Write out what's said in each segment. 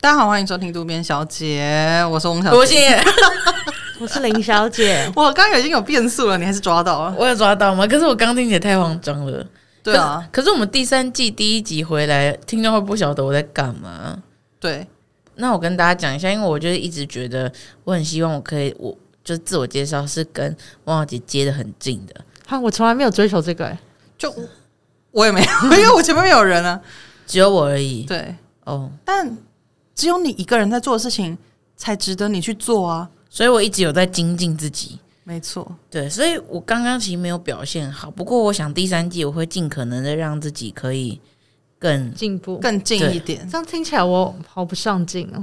大家好，欢迎收听渡边小姐，我是翁小不姐。，信，我是林小姐我刚刚已经有变速了，你还是抓到了？ 我有抓到吗？可是我刚听起来太慌张了。对啊，可是可是我们第三季第一集回来，听众会不晓得我在干嘛。对，那我跟大家讲一下，因为我就是一直觉得我很希望我可以，我就自我介绍是跟汪小姐接的很近的，哈，啊我从来没有追求这个、欸，就我也没有， 因为我前面没有人啊。只有我而已。对，哦，但只有你一个人在做的事情才值得你去做啊。所以我一直有在精进自己。没错，对，所以我刚刚其实没有表现好，不过我想第三季我会尽可能的让自己可以更进步。更近一点。这样听起来我好不上进哦、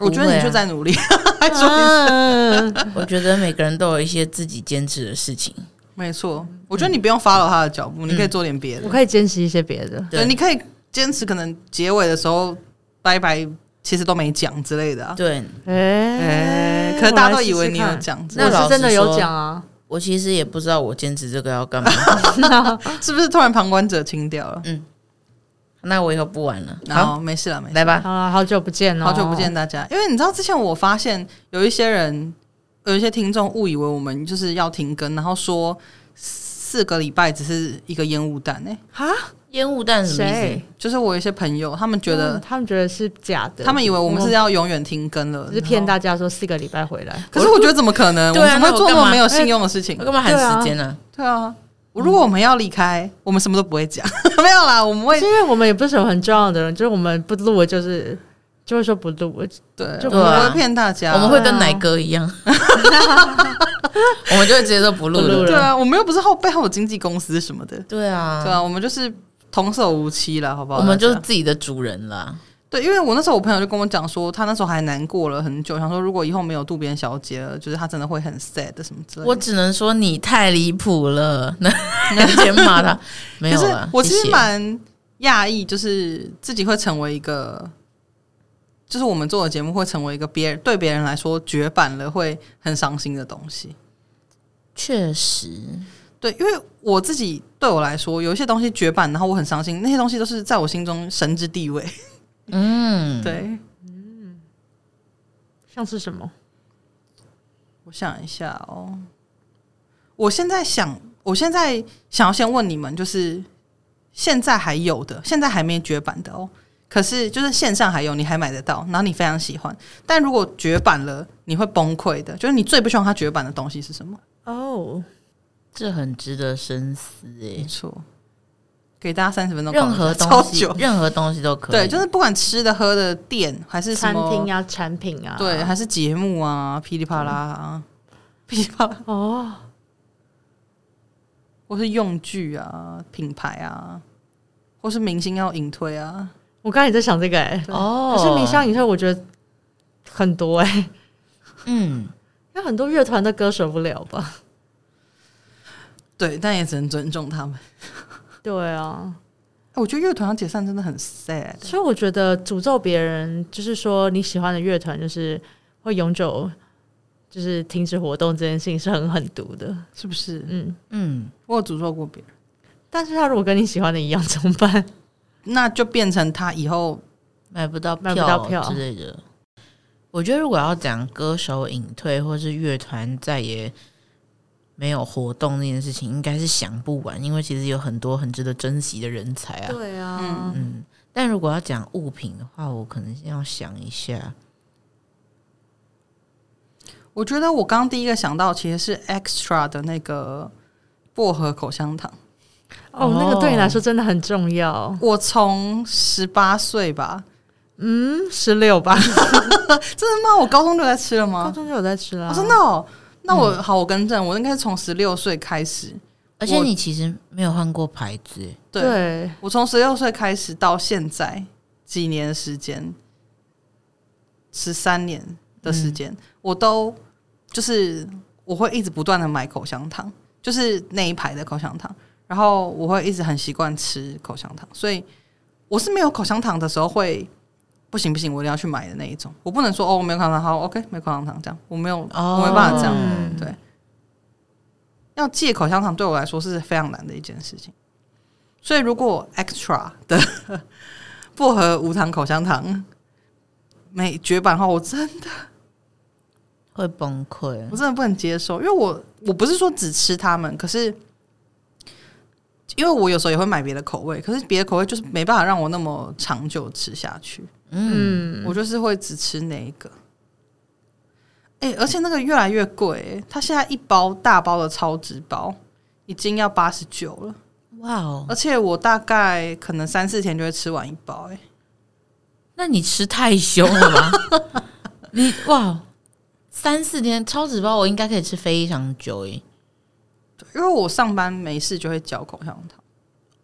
我觉得你就在努力， 还说你啊。我觉得每个人都有一些自己坚持的事情。 没错。我觉得你不用 follow 他的脚步，你可以做点别我的。可以坚持一些别的，嗯对，你可以坚持，可能结尾的时候拜拜，其实都没讲之类的啊。对哎、 哎、可能大家都以为你有讲之类的，我来试那老实试看，我是真的有说讲啊。我其实也不知道我坚持这个要干嘛。是不是突然旁观者清掉了？那我以后不玩了。然好，后没事了，没事。来吧。好了，好久不见哦，好久不见，大家，因为你知道之前我发现有一些人，有一些听众误以为我们就是要停更，然后说四个礼拜只是一个烟雾弹哎，哈，烟雾弹什么意谁思？？就是我有一些朋友他们觉嗯得，他们觉得是假的，他们以为我们是要要永远停更了，只是骗然后。大家说四个礼拜回来，可是我觉得怎么可能？我对啊们怎么会做那那么我干嘛哎没有信用的事情我？干嘛喊时间呢？对啊，我如果我们要离开，我们什么都不会讲， 没有啦，我们会是因为我们也不是什么很重要的人，就是我们不录，就是就会说不录，对，我们对就不啊会骗大家，我们会对跟啊奶哥一样，我们就会直接说不录不录了。了对啊，我们又不是后背后有经纪公司什么的，对啊，对啊，啊我们就是童叟无欺了，好不好？我们就是大家自己的主人啦。对，因为我那时候我朋友就跟我讲说，他那时候还难过了很久，想说如果以后没有渡边小姐了，就是他真的会很 sad 什么之类的。我只能说你太离谱了，那先骂他没可有是了。我其谢实谢蛮讶异，就是自己会成为一个，就是我们做的节目会成为一个别人对别人来说绝版了会很伤心的东西。确实，对，因为我自己对我来说，有一些东西绝版，然后我很伤心，那些东西都是在我心中神之地位。 嗯，对，像是什么？我想一下哦，我现在想，我现在想要先问你们，就是现在还有的，现在还没绝版的哦。可是就是线上还有，你还买得到，然后你非常喜欢。但如果绝版了，你会崩溃的。就是你最不希望它绝版的东西是什么？哦，这很值得深思诶没。错，给大家三十分钟考虑任一下，何超东西久，。任何东西都可以。对，就是不管吃的、喝的、店还是什餐么，厅啊，产品啊，对，还是节目啊，噼里啪啦啊，噼里啪啦。哦，或是用具啊、品牌啊，或是明星要隐退啊，我刚才也在想这个、欸，哦，可是明星隐退，我觉得很多哎、欸，嗯，那很多乐团的歌手不了吧？对，但也只能尊重他们。对啊，哎我觉得乐团要解散真的很 sad，所以我觉得诅咒别人，就是说你喜欢的乐团，就是会永久就是停止活动这件事情是很狠毒的，是不是？嗯。嗯，我有诅咒过别人，但是他如果跟你喜欢的一样怎么办？那就变成他以后买不到买不到票之类的。我觉得如果要讲歌手隐退，或是乐团再也没有活动这件事情，应该是想不完，因为其实有很多很值得珍惜的人才啊。对啊嗯，但如果要讲物品的话，我可能先要想一下。我觉得我刚刚第一个想到其实是 Extra 的那个薄荷口香糖。哦，那个对你来说真的很重要。我从十八岁吧，嗯，十六吧，真的吗？我高中就在吃了高吗？中就有在吃啦。我、真的哦。那我、好，我更正，我应该是从十六岁开始，而且我你其实没有换过牌子耶，对，对，我从十六岁开始到现在几年的时间，十三年的时间，我都就是我会一直不断的买口香糖，就是那一排的口香糖，然后我会一直很习惯吃口香糖，所以我是没有口香糖的时候会。不行不行，我一定要去买的那一种。我不能说哦，我没有口香糖，好，OK，没口香糖，这样我没有，哦我没办法这样。嗯对，要戒口香糖对我来说是非常难的一件事情。 所以如果 extra 的薄荷无糖口香糖没绝版的话，我真会崩溃我。真的不能接受，因为我我不是说只吃它们，可是因为我有时候也会买别的口味，可是别的口味就是没办法让我那么长久吃下去，嗯，我就是会只吃那一个。哎、而且那个越来越贵、欸，它现在一包大包的超值包已经要八十九了，哇哦，而且我大概可能三四天就会吃完一包、欸，哎，那你吃太凶了吧？ 你哇，哦三四天超纸包，我应该可以吃非常久诶。因为我上班没事就会嚼口香糖。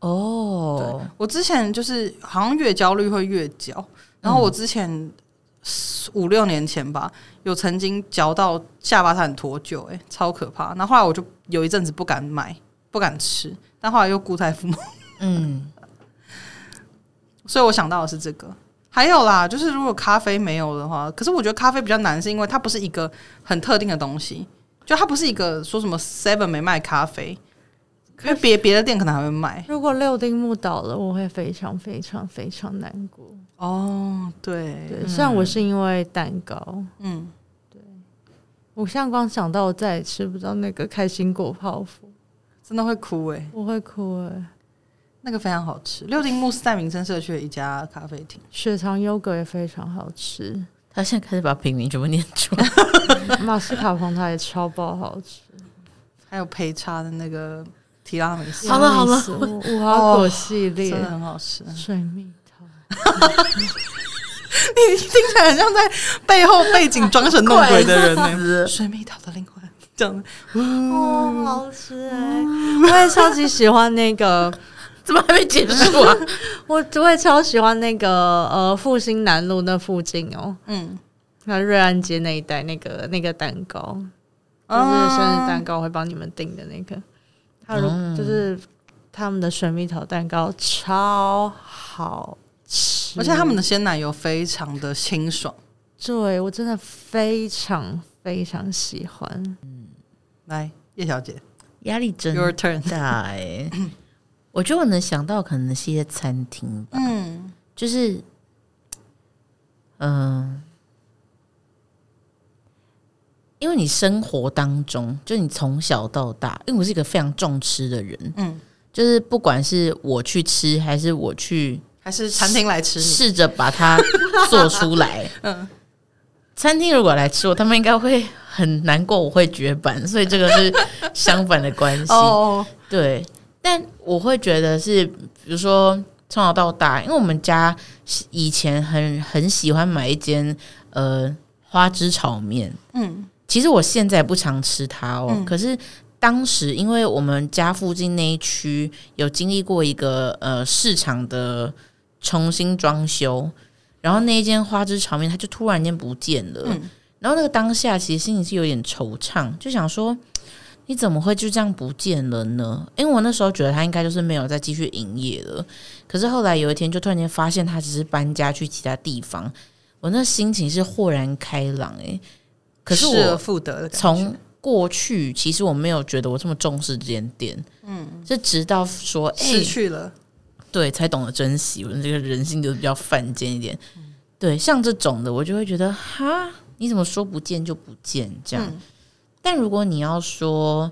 哦，我之前就是好像越焦虑会越焦，然后我之前四五六年前吧，有曾经嚼到下巴差点脱臼，哎，超可怕。然后后来我就有一阵子不敢买，不敢吃，但后来又固态复萌， 嗯，所以我想到的是这个。还有啦，就是如果咖啡没有的话，可是我觉得咖啡比较难，是因为它不是一个很特定的东西，就它不是一个说什么 Seven 没卖咖啡，因为别别的店可能还会卖。如果六丁目倒了，我会非常非常非常难过。哦，对，对，虽然我是因为蛋糕，嗯，我现在光想到我再也吃不到那个开心果泡芙，真的会哭哎、我会哭哎、那个非常好吃。六丁目是在民生社区的一家咖啡厅，血糖优格也非常好吃，他现在开始把品名全部念出来。马斯卡彭它也超爆好吃。还有培茶的那个提拉米苏，好了好了了，五花果系哦真列、的很好吃。你水蜜桃，听起来很像在背后背景装神弄鬼的人呢、欸人水蜜桃的灵魂，这样哦，好吃哎、我也超级喜欢那个，怎么还没结束啊？我我也超喜欢那个呃复兴南路那附近哦，嗯，那瑞安街那一带那个那个蛋糕，哦就是生日蛋糕会帮你们订的那个，他如、就是他们的水蜜桃蛋糕超好吃，而且他们的鲜奶油非常的清爽，对我真的非常非常喜欢。来。叶小姐 压力真，Your turn。大哎、我觉得我能想到可能是一些餐厅吧，嗯，就是，嗯，因为你生活当中，就你从小到大，因为我是一个非常重吃的人，嗯，就是不管是我去吃，还是我去还是餐厅来吃你。试着把它做出来， 嗯，餐厅如果来吃我，他们应该会很难过，我会绝版，所以这个是相反的关 系。哦，对，但我会觉得是，比如说从小到大，因为我们家以前很很喜欢买一间呃花枝炒面，嗯，其实我现在不常吃它哦，嗯可是。当时因为我们家附近那一区有经历过一个呃市场的重新装修，然后那一间花枝炒面它就突然间不见了，嗯然后那个当下其实心里是有点惆怅，就想说你怎么会就这样不见了呢？因为我那时候觉得他应该就是没有再继续营业了，可是后来有一天就突然间发现他只是搬家去其他地方，我那心情是豁然开朗诶、可是失而我复得的感觉从过去其实我没有觉得我这么重视这间店，嗯，是直到说哎、失去了，对，才懂得珍惜。我们这个人性就是比较犯贱一点。对，像这种的，我就会觉得哈，你怎么说不见就不见这样？嗯但如果你要说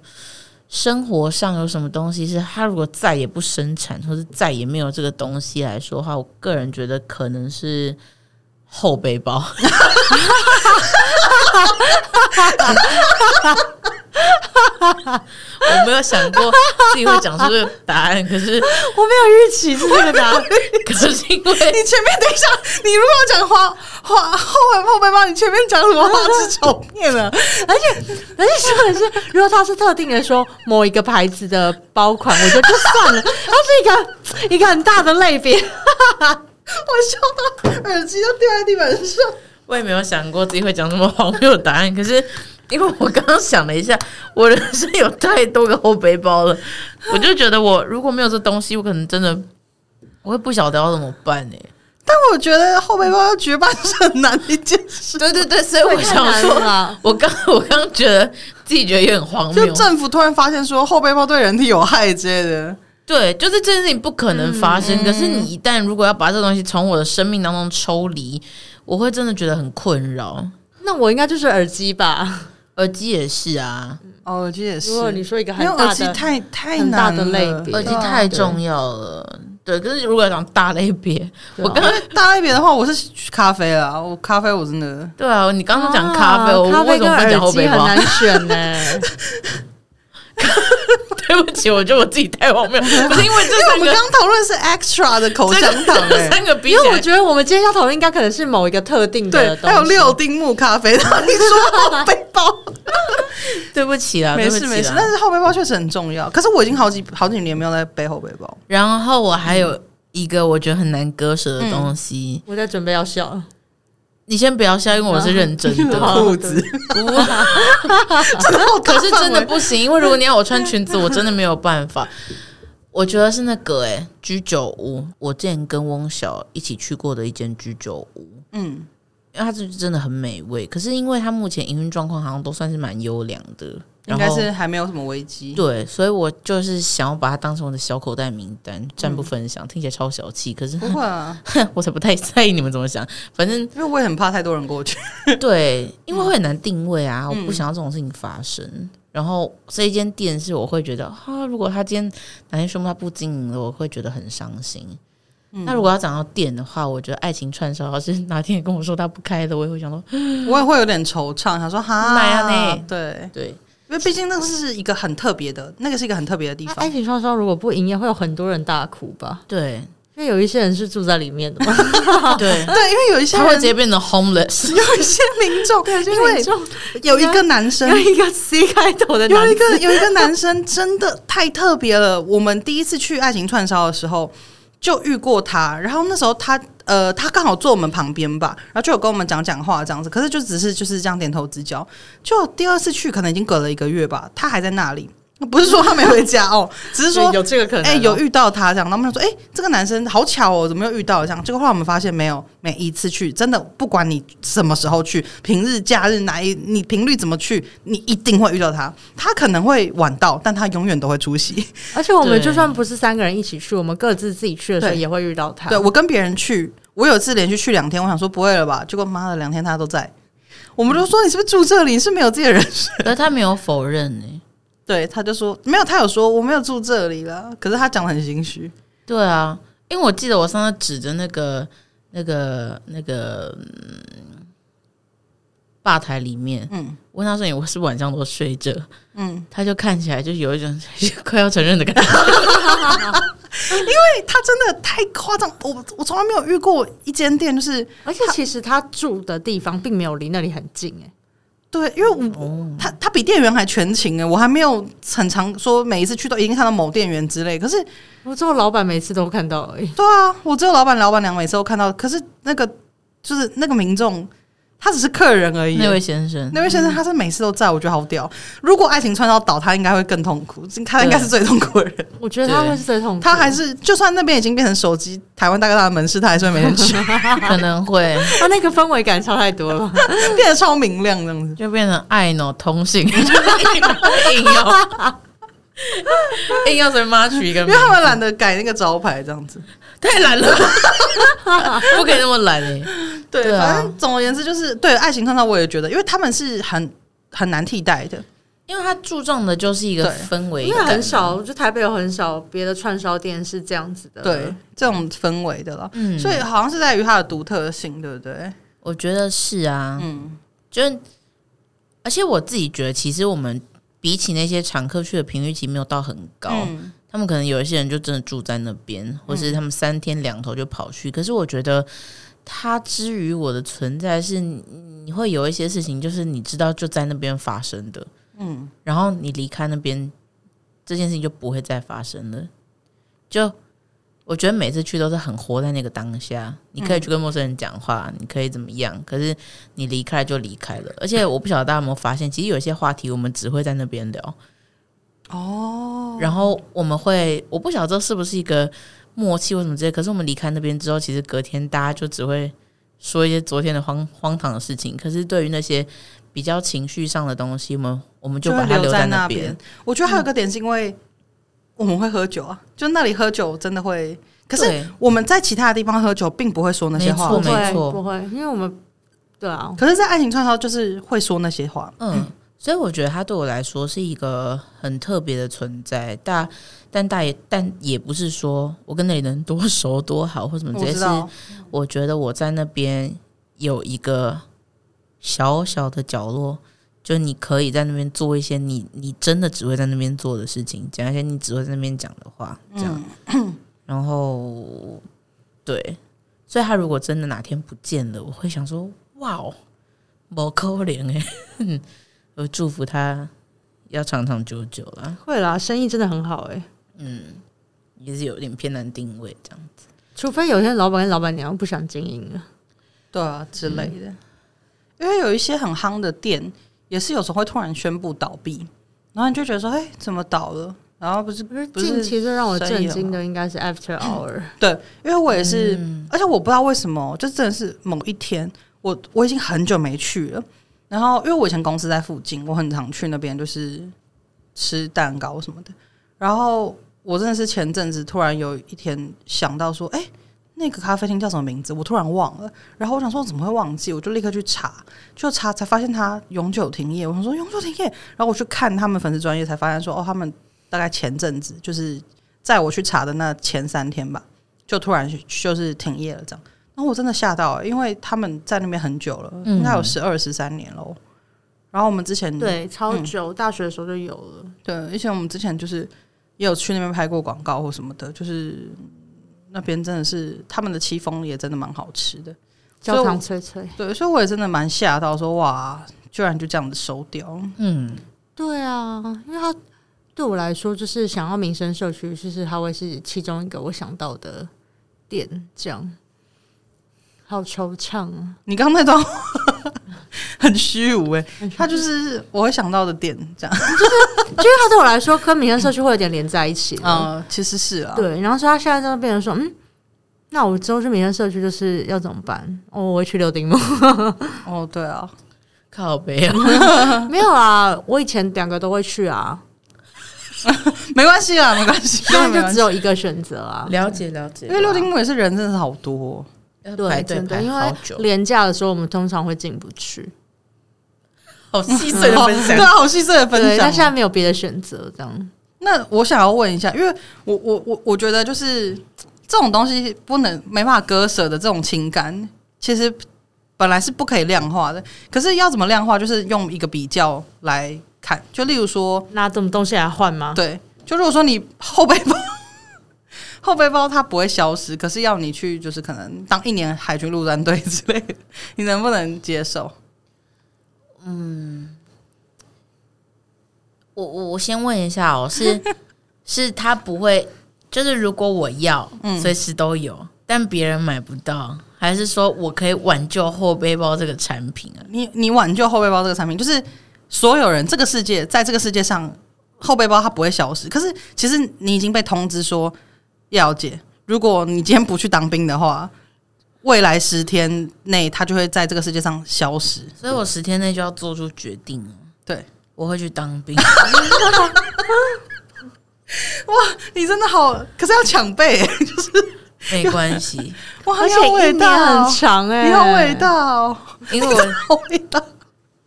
生活上有什么东西是它如果再也不生产，或是再也没有这个东西来说的话，我个人觉得可能是后背包。我没有想过自己会讲出这个答案，可是我没有预 期是这个答案，可是因为你前面等一下，你如果讲花花后背后背包，你前面讲什么花枝炒面了？而且而且说的是，如果他是特定的说某一个牌子的包款，我觉得就 算了，它是一个一个很大的类别。我笑到耳机都掉在地板上。我也没有想过自己会讲这么荒谬的答案，可是因为我刚刚想了一下，我人生有太多个后背包了，我就觉得我如果没有这东西，我可能真的我会不晓得要怎么办欸呢、但我觉得后背包要绝版是很难的一件事，对对对，所以我想太难说了，我刚 我刚觉得自己觉得有点荒就谬，政府突然发现说后背包对人体有害之类的，对，就是这件事情不可能发生。嗯可是你一旦如果要把这个东西从我的生命当中抽离，我会真的觉得很困扰。那我应该就是耳机吧？耳机也是啊，哦，耳机也是，如果你说一个因为很耳大机的，太太很大难的类了别耳机对啊太重要了。对，可是如果要讲大类别，对啊我刚刚大一点的话，我是咖啡啦，我咖啡我真的对啊，你刚刚讲咖啡，啊我咖为什啡跟么不讲耳后机背很包？难选呢、 对不起，我觉得我自己太荒谬，不是因为这因为我三们个刚刚讨论是 extra 的口香这糖、个这欸，三个比因起为我来，觉得我们今天要讨论应该可能是某一个特定的对，东还西。有六丁目咖啡，然后你说后背 包，对不起啊，没对事不没事起啦，但是后背包确实很重要。可是我已经好几好几年没有在背后背包，然后我还有一个我觉得很难割舍的嗯东西，我在准备要笑了，你先不要笑，因为我是认真的。好裤子，真的好大可是范真的围不行，因为如果你要我穿裙子，我真的没有办法。我觉得是那个哎、居酒屋，我之前跟翁晓一起去过的一间居酒屋，嗯，因为它是真的很美味。可是因为它目前营运状况好像都算是蛮优良的，应然该后是还没有什么危机。对，所以我就是想要把它当成我的小口袋名单，暂不分享。听起来超小 气，可是 不会啊，我才不太在意你们怎么想。反正因为我也很怕太多人过 去。对，因为会很难定位啊，我嗯不想要这种事情发生。然后这一间店是我会觉得啊，如果他今天哪天宣布他不经营了，我会觉得很伤心。嗯那如果要讲到店的话，我觉得爱情串烧要是哪天也跟我说他不开了，我也会想说，我也会有点惆怅，想说哈，买啊你对，对，因为毕竟那个是一个很特别的，那个是一个很特别的地那方。爱情双双如果不营业，会有很多人大哭吧？ 对，因为有一些人是住在里面的嘛，对，对，因为有一些他会直人，接变 成 homeless。有一些民众， 啊因 为有一个男生有，一个 C 开头的有男一个有一个男生真的太特别了。我们第一次去爱情串烧的时候就遇过他，然后那时候他呃他刚好坐我们旁边吧，然后就有跟我们讲讲话这样子，可是就只是就是这样点头之交。就第二次去可能已经隔了一个月吧，他还在那里，不是说他没回家哦，只是说有这个可能、哎、有遇到他这样，然后我们想说，哎、这个男生好巧哦，怎么又遇到这样？结果后来我们发现，没有，每一次去，真的不管你什么时候去，平日、假日哪一，你频率怎么去，你一定会遇到他。他可能会晚到，但他永远都会出席。而且我们对就算不是三个人一起去，我们各自自己去的时候对也会遇到他。对我跟别人去，我有一次连续去两天，我想说不会了吧？结果妈的，两天他都在。我们就说你是不是住这里？你是没有自己的人生？可是他没有否认呢、 对，他就说没有，他有说我没有住这里啦。可是他讲的很心虚，对啊，因为我记得我上次指着那个、那个、那个、嗯、吧台里面，嗯嗯，问他说你是不是晚上都睡着，嗯，他就看起来就有一种 快要承认的感觉。哎，他真的太夸张，我我从来没有遇过一间店就是。而且其实他住的地方并没有离那里很近、哎，对，因为我、哦他他比店员还全勤哎，我还没有很常说每一次去都一定看到某店员之类。可是我做老板每次都看到而已。对啊，我只有老板老板娘每次都看到，可是那个就是那个民众，他只是客人而已。欸那位先生，那位先生他是每次都在，我觉得好屌。如果爱情穿到倒，他应该会更痛苦，他应该是最痛苦的 人。我觉得他对会是最痛苦的，他还是就算那边已经变成手机台湾大哥大的门市，他还是会每天 去，可能会他那个氛围感差太多了吧。变得超明亮这样子。就变成爱脑通信，硬要硬要随妈取一个因为 名，他们懒得改那个招牌，这样子。太懒了， 不可以那么懒哎、对，对啊反正总而言之就是对爱情创造，我也觉得，因为他们是很很难替代的。因为他注重的就是一个对氛围，因为很，少，就台北有很少别的串烧店是这样子的。对，这种氛围的了，嗯，所以好像是在于它的独特性，对不对？我觉得是啊，嗯，就是，而且我自己觉得，其实我们比起那些常客去的频率，其实没有到很高。嗯他们可能有一些人就真的住在那嗯边，或是他们三天两头就跑去。可是我觉得，它之于我的存在是，你你会有一些事情，就是你知道就在那边发生的，嗯，然后你离开那边，这件事情就不会再发生了。就我觉得每次去都是很活在那个当下，你可以去跟陌生人讲话，你可以怎么样，可是你离开就离开了。而且我不晓得大家有没有发现，其实有一些话题我们只会在那边聊，哦，然后我们会，我不晓得这是不是一个默契或什么之类，可是我们离开那边之后，其实隔天大家就只会说一些昨天的荒荒唐的事情，可是对于那些比较情绪上的东西，我们我们就会把它留在那边。。我觉得还有个点是因为。我们会喝酒啊，就那里喝酒真的会。可是对我们在其他地方喝酒，并不会说那些话没。不错会不会，因为我们对啊，可是，在爱情串烧就是会说那些话。嗯，所以我觉得它对我来说是一个很特别的存在，但但大也但也不是说我跟那里人多 熟多好或什么我这些，知嗯是道，我觉得我在那边有一个小小的角落，就你可以在那边做一些你你真的只会在那边做的事情，讲一些你只会在那边讲的话，这样。嗯然后，对，所以他如果真的哪天不见了，我会想说，哇哦，毛可怜哎， 我祝福他要长长久久啦。会啦，生意真的很好哎、嗯，也是有点偏难定位这样。除非有些老板跟老板娘不想经营了，对啊之类嗯的。因为有一些很夯的店，也是有时候会突然宣布倒闭，然后你就觉得说，哎、怎么倒了？然后不是不是不是近期最让我生意震很惊的应该是 After Hour，对，因为我也是，而且我不知道为什么，就真的是某一天，我我已经很久没去了。然后，因为我以前公司在附近，我很常去那边，就是吃蛋糕什么的。然后我真的是前阵子突然有一天想到说，哎、那个咖啡厅叫什么名字？我突然忘了。然后我想说，我怎么会忘记？我就立刻去查，就查才发现它永久停业。我想说永久停业，然后我去看他们粉丝专业，才发现说，哦，他们大概前阵子就是在我去查的那前三天吧，就突然就是停业了这样。然后我真的吓到、因为他们在那边很久了，应该有十二十三年喽。然后我们之前对，超久，大学的时候就有了。对，而且我们之前就是也有去那边拍过广告或什么的，就是那边真的是他们的戚风也真的蛮好吃的。所以焦我糖脆脆，对，所以我也真的蛮吓到说哇，居然就这样子收掉。嗯，对啊，因为它对我来说，就是想要民生社区，就是它会是其中一个我想到的点，这样。好惆怅啊！你刚刚那段话 很虚无哎、他就是我会想到的点这样。就是它对我来说跟民生社区会有点连在一起。嗯，嗯，其实是啊，对。然后所以它现在就变成说，嗯，那我之后去民生社区就是要怎么办？哦，我会去六丁 目。哦对啊，靠背啊，没有啊，我以前两个都会去啊，没关系啦，没关 系，根本现没在就关只系。有一个选择啊。了解了解，因为六丁目也是人真的是好多、哦要排对，队真的，排因好为久，廉价的时候我们通常会进不去。好细碎的分 对享。啊，好细碎的分对，享但哦。现在没有别的选择，这样。那我想要问一下，因为我我我我觉得就是这种东西不能没办法割舍的这种情感，其实本来是不可以量化的。可是要怎么量化，就是用一个比较来看。就例如说，拿这种东西来换吗？对，就如果说你后背包 后背包它不会消失，可是要你去就是可能当一年海军陆战队之类的，你能不能接受？ 我我我先问一下哦，是是他不会，就是如果我要，随时都有，但别人买不到，还是说我可以挽救后背包这个产品啊？你你挽救后背包这个产品，就是所有人这个世界，在这个世界上，后背包它不会消失。可是其实你已经被通知说，叶瑶姐，如果你今天不去当兵的话，未来十天内它就会在这个世界上消失。所以我十天内就要做出决定哦，对，我会去当 兵。你真的好，可是要抢 背、没关系，哇，而你好且伟一年大、很哦，长哎、你好伟。大 哦，因为我好伟大，你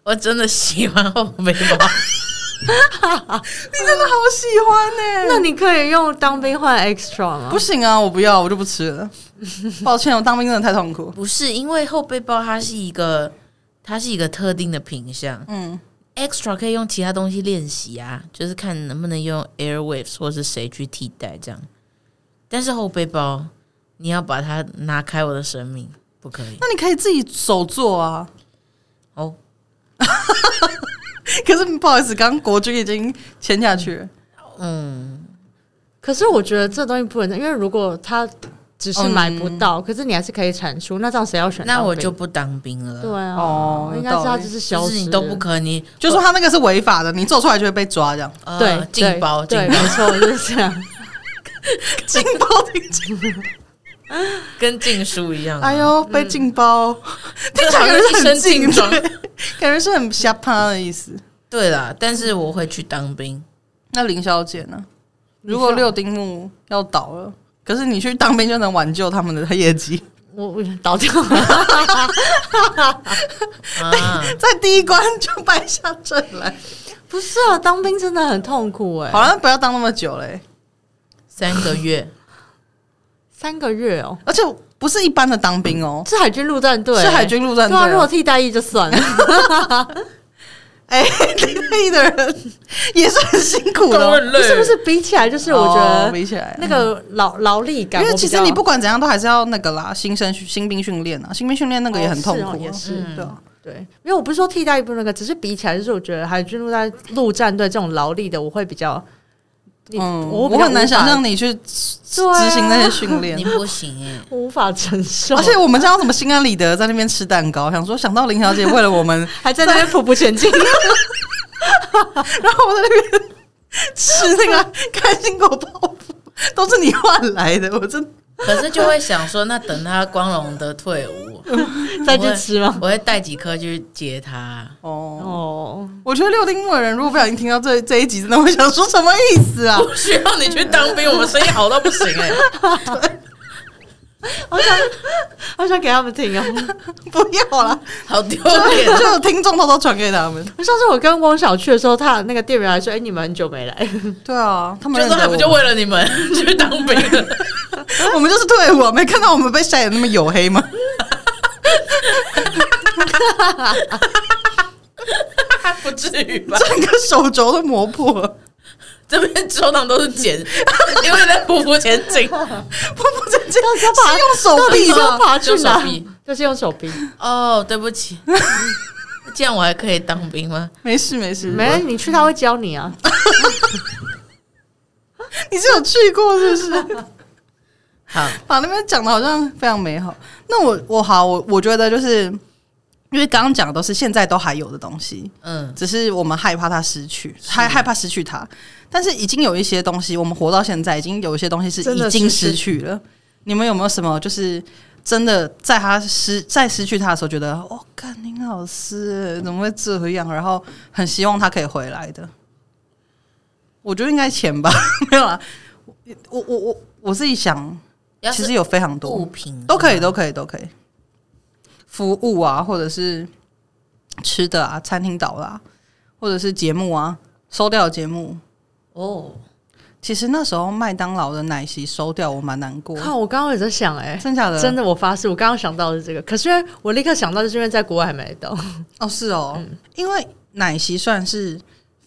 我真的喜欢后背包，真的好喜欢呢、欸那你可以用当兵换 extra 吗？不行啊，我不要，我就不吃了。抱歉，我当兵真的太痛苦。不是因为后背包它是一个它是一个特定的品相，嗯， extra 可以用其他东西练习啊，就是看能不能用 airwaves 或是谁去替代这样。但是后背包，你要把它拿开我的生命，不可以那你可以自己手做啊。哦。可是不好意思，刚刚国军已经签下去了，嗯，可是我觉得这东西不能，因为如果它只是买不到，可是你还是可以产出，那这样谁要选当兵？那我就不当兵了。对啊，哦应该是它有道理就是消就失是了，你都不可，你就说他那个是违法的，你做出来就会被抓，这样呃对劲爆劲对，对爆，没错，就是这样。 劲爆听起跟禁书一样、啊。哎，呦，被劲爆，听起来感好像觉一是很身劲劲装。嗯对感觉是很瞎趴的意思。对啦，但是我会去当兵。那林小姐呢？如果六丁目要倒了，可是你去当兵就能挽救他们的业绩，我我倒掉了，啊， 在第一关就败下阵来。不是啊，当兵真的很痛苦哎、好了，不要当那么久嘞、三个 月，三个月哦，而且不是一般的当兵哦，是海军陆战队、是海军陆战队对啊，如果哦。替代役就算了，哎，地配的人 也是很辛苦的哦，不是不是，比起来就是我觉哦得比起来那。个劳劳力感因我比较，为其实你不管怎样都还是要那个啦，新生新兵训练啊，新兵训练那个也很痛苦啊、哦是哦也是嗯对啊对，因为我不是说替代役不那个，只是比起来，就是我觉得海军陆战陆战队这种劳力的，我会比较，你嗯，我我比较很难想象你你去对啊执行那些训练你， 不行哎、无法承受，而且我们这样怎么心安理得在那边吃蛋糕？想说想到林小姐为了我 们， 还在那边匍匐前进，然后我在那边吃那个开心果泡芙，都是你换来的，我真可是就会想说，那等他光荣的 退伍再去吃吗？我会带几颗去接他。 哦。哦，我觉得六丁目的人如果不小心听到这这一集，真的会想说什么意思啊？ 不需要你去当兵，我们生意好到不行哎、 好想给他们听哦。 不要啦， 好丢就 脸。啊就有听众偷偷传给他们。上次我跟汪小去的时候，他那个店员还说：“哎、你们很久 没来。对啊，他们就说还不就我为了你们 去当兵了？我们就是退伍啊，没看到我们被晒得那么黝 黑吗？不至于吧？整个手肘都磨破了， 这边手掌都是茧， 因为在匍匐前 进。不不，这这要爬是用手到底臂是吗？要爬去用手哪臂？就是用手臂，哦，对不起，这样我还可以当兵吗？没事没事，没你去他会教你啊。你是有去过是不是？ 好，把那边讲的好像非常美好。那我我好我我觉得就是因为刚刚讲的都是现在都还有的东西，嗯，只是我们害怕它失去，害害怕失去它。但是已经有一些东西，我们活到现在，已经有一些东西是真的已经失失去了。你们有没有什么就是真的在他失在失去他的时候，觉得哦，干林老师怎么会这样？然后很希望他可以回来的。我觉得应该钱吧， 没有啦。我我我我自己想，要其是实有非常物多品都可以，都可以，都可以。服务啊，或者是吃的啊，餐厅倒啦、或者是节目啊，收掉的节目。哦，其实那时候麦当劳的奶昔收掉，我蛮难过的。靠，我刚刚也在想、哎。真假的？真的的，我发誓，我刚刚想到的是这个，可是因为我立刻想到，就是因为在国外还买得到，哦，是哦，嗯因为奶昔算是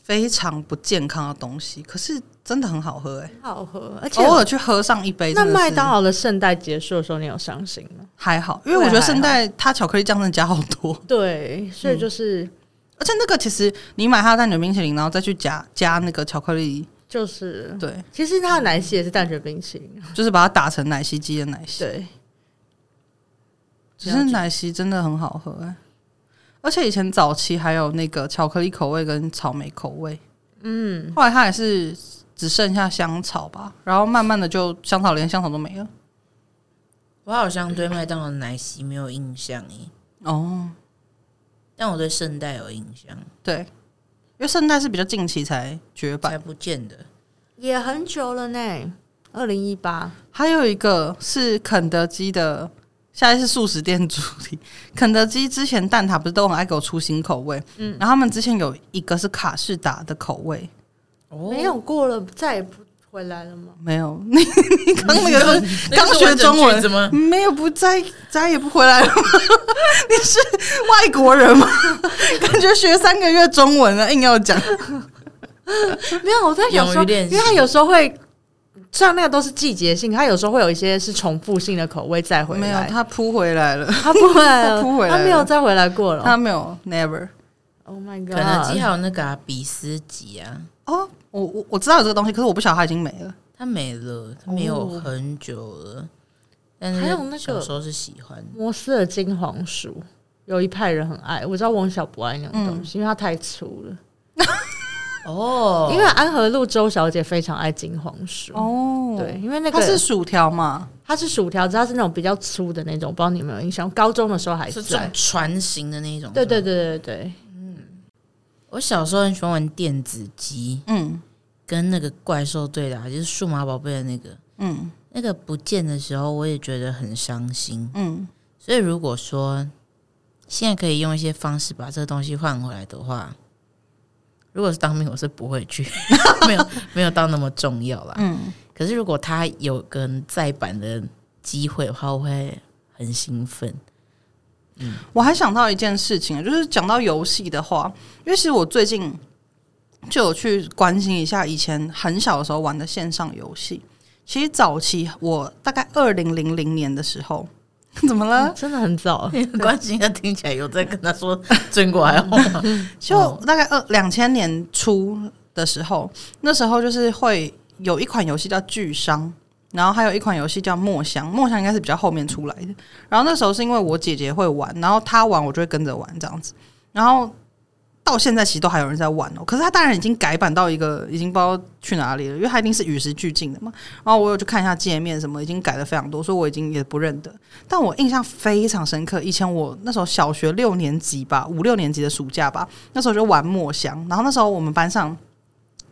非常不健康的东西，可是真的很好喝哎、好喝，而且偶尔去喝上一杯，那麦当劳劳的啊圣代结束的时候，你有伤心吗？还好，因为我觉得圣代它巧克力酱真的加好多，对，所以就是、而且那个其实你买它的蛋卷冰淇淋，然后再去加加那个巧克力，就是，对，其实它的奶昔也是蛋卷冰淇淋，就是把它打成奶昔机的奶昔。对，只是奶昔真的很好喝、欸，而且以前早期还有那个巧克力口味跟草莓口味，嗯，后来它也是只剩下香草吧，然后慢慢的就香草连香草都没了。我好像对麦当劳奶昔没有印象诶，哦，但我对圣代有印象，对，因为圣代是比较近期才绝版。才不见得。也很久了呢，二零一八，还有一个是肯德基的，现在是素食店主理。肯德基之前蛋挞不是都很爱给我出新口味，嗯，然后他们之前有一个是卡士达的口味，哦没有过了，再也不回来了吗？没有，你你刚那 个是那个刚是学完整中文句子吗没有不再再也不回来了吗？ 你是外国人吗？ 感觉学三个月中文了，硬要讲。没有，我在想说，勇于练因习为它有时候会。像那个都是季节性，它有时候会有一些是重复性的口味再回来。没有，他扑回来了，它不回来了，它不回来了它没有再回来过了。他没有，never。 Oh my 肯 god！德基还有那个、啊、比斯吉啊，哦，我我我知道有这个东西，可是我不晓得它已经没了。它没了，它没有很久了。但是还有那个小时候是喜欢的，摩斯的金黄薯，有一派人很爱，我知道王小不爱那种东西，因为它太粗了。哦，因为安和路周小姐非常爱金黄薯，哦对，，因为那个它是薯条嘛，它是薯条，只要是那种比较粗的那种，不知道你有没有印象？高中的时候还是这在种。船型的那种。对对是吗，对对对，我小时候很喜欢玩电子机，嗯，跟那个怪兽对打，就是数码宝贝的那个，嗯那个不见的时候，我也觉得很伤心。嗯所以如果说现在可以用一些方式把这个东西换回来的话，如果是当兵，我是不会去， 没有没有到那么重要啦。嗯，可是如果他有跟再版的机会的话，我会很 兴奋。我还想到一件事情，就是讲到游戏的话，因为其实我最近就有去关心一下以前很小的时候玩的线上游戏。其实早期我大概二零零零年的时候， 怎么了？嗯真的很早，关心他听起来有在跟他说中国 还好嗯吗？就大概二两千年初的时候，那时候就是会有一款游戏叫《巨商》，然后还有一款游戏叫《墨香》，《墨香》应该是比较后面出来的。然后那时候是因为我姐姐会玩，然后她玩我就会跟着玩这样子。然后到现在其实都还有人在玩哦，可是它当然已经改版到一个已经不知道去哪里了，因为它一定是与时俱进的嘛。然后我有去看一下界面什么，已经改的非常多，所以我已经也不认得。但我印象非常深刻，以前我那时候小学六年级吧，五六年级的暑假吧，那时候就玩墨香，然后那时候我们班上。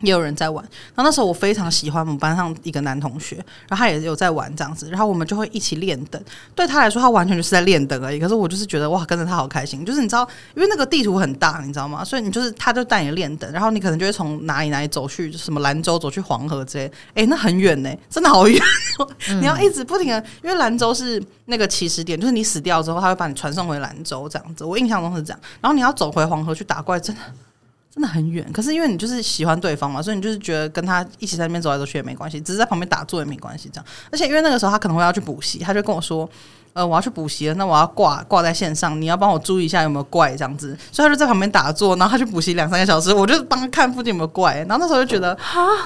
也有人在玩，然后那时候我非常喜欢我们班上一个男同学，然后他也有在玩这样子，然后我们就会一起练等。对他来说，他完全就是在练等而已。可是我就是觉得哇，跟着他好开心。就是你知道，因为那个地图很大，你知道吗？所以你就是他就带你练等，然后你可能就会从哪里哪里走去什么兰州，走去黄河之类。哎、那很远呢、真的好远、哦。你要一直不停的，因为兰州是那个起始点，就是你死掉之后，他会把你传送回兰州这样子。我印象中是这样。然后你要走回黄河去打怪，真的真的很远。可是因为你就是喜欢对方嘛，所以你就是觉得跟他一起在那边走来走去也没关系，只是在旁边打坐也没关系这样。而且因为那个时候他可能会要去补习，他就跟我说。呃，我要去补习了，那我要挂挂在线上，你要帮我注意一下有没有怪这样子。所以他就在旁边打坐，然后他去补习两三个小时，我就帮他看附近有没有怪。然后那时候就觉得，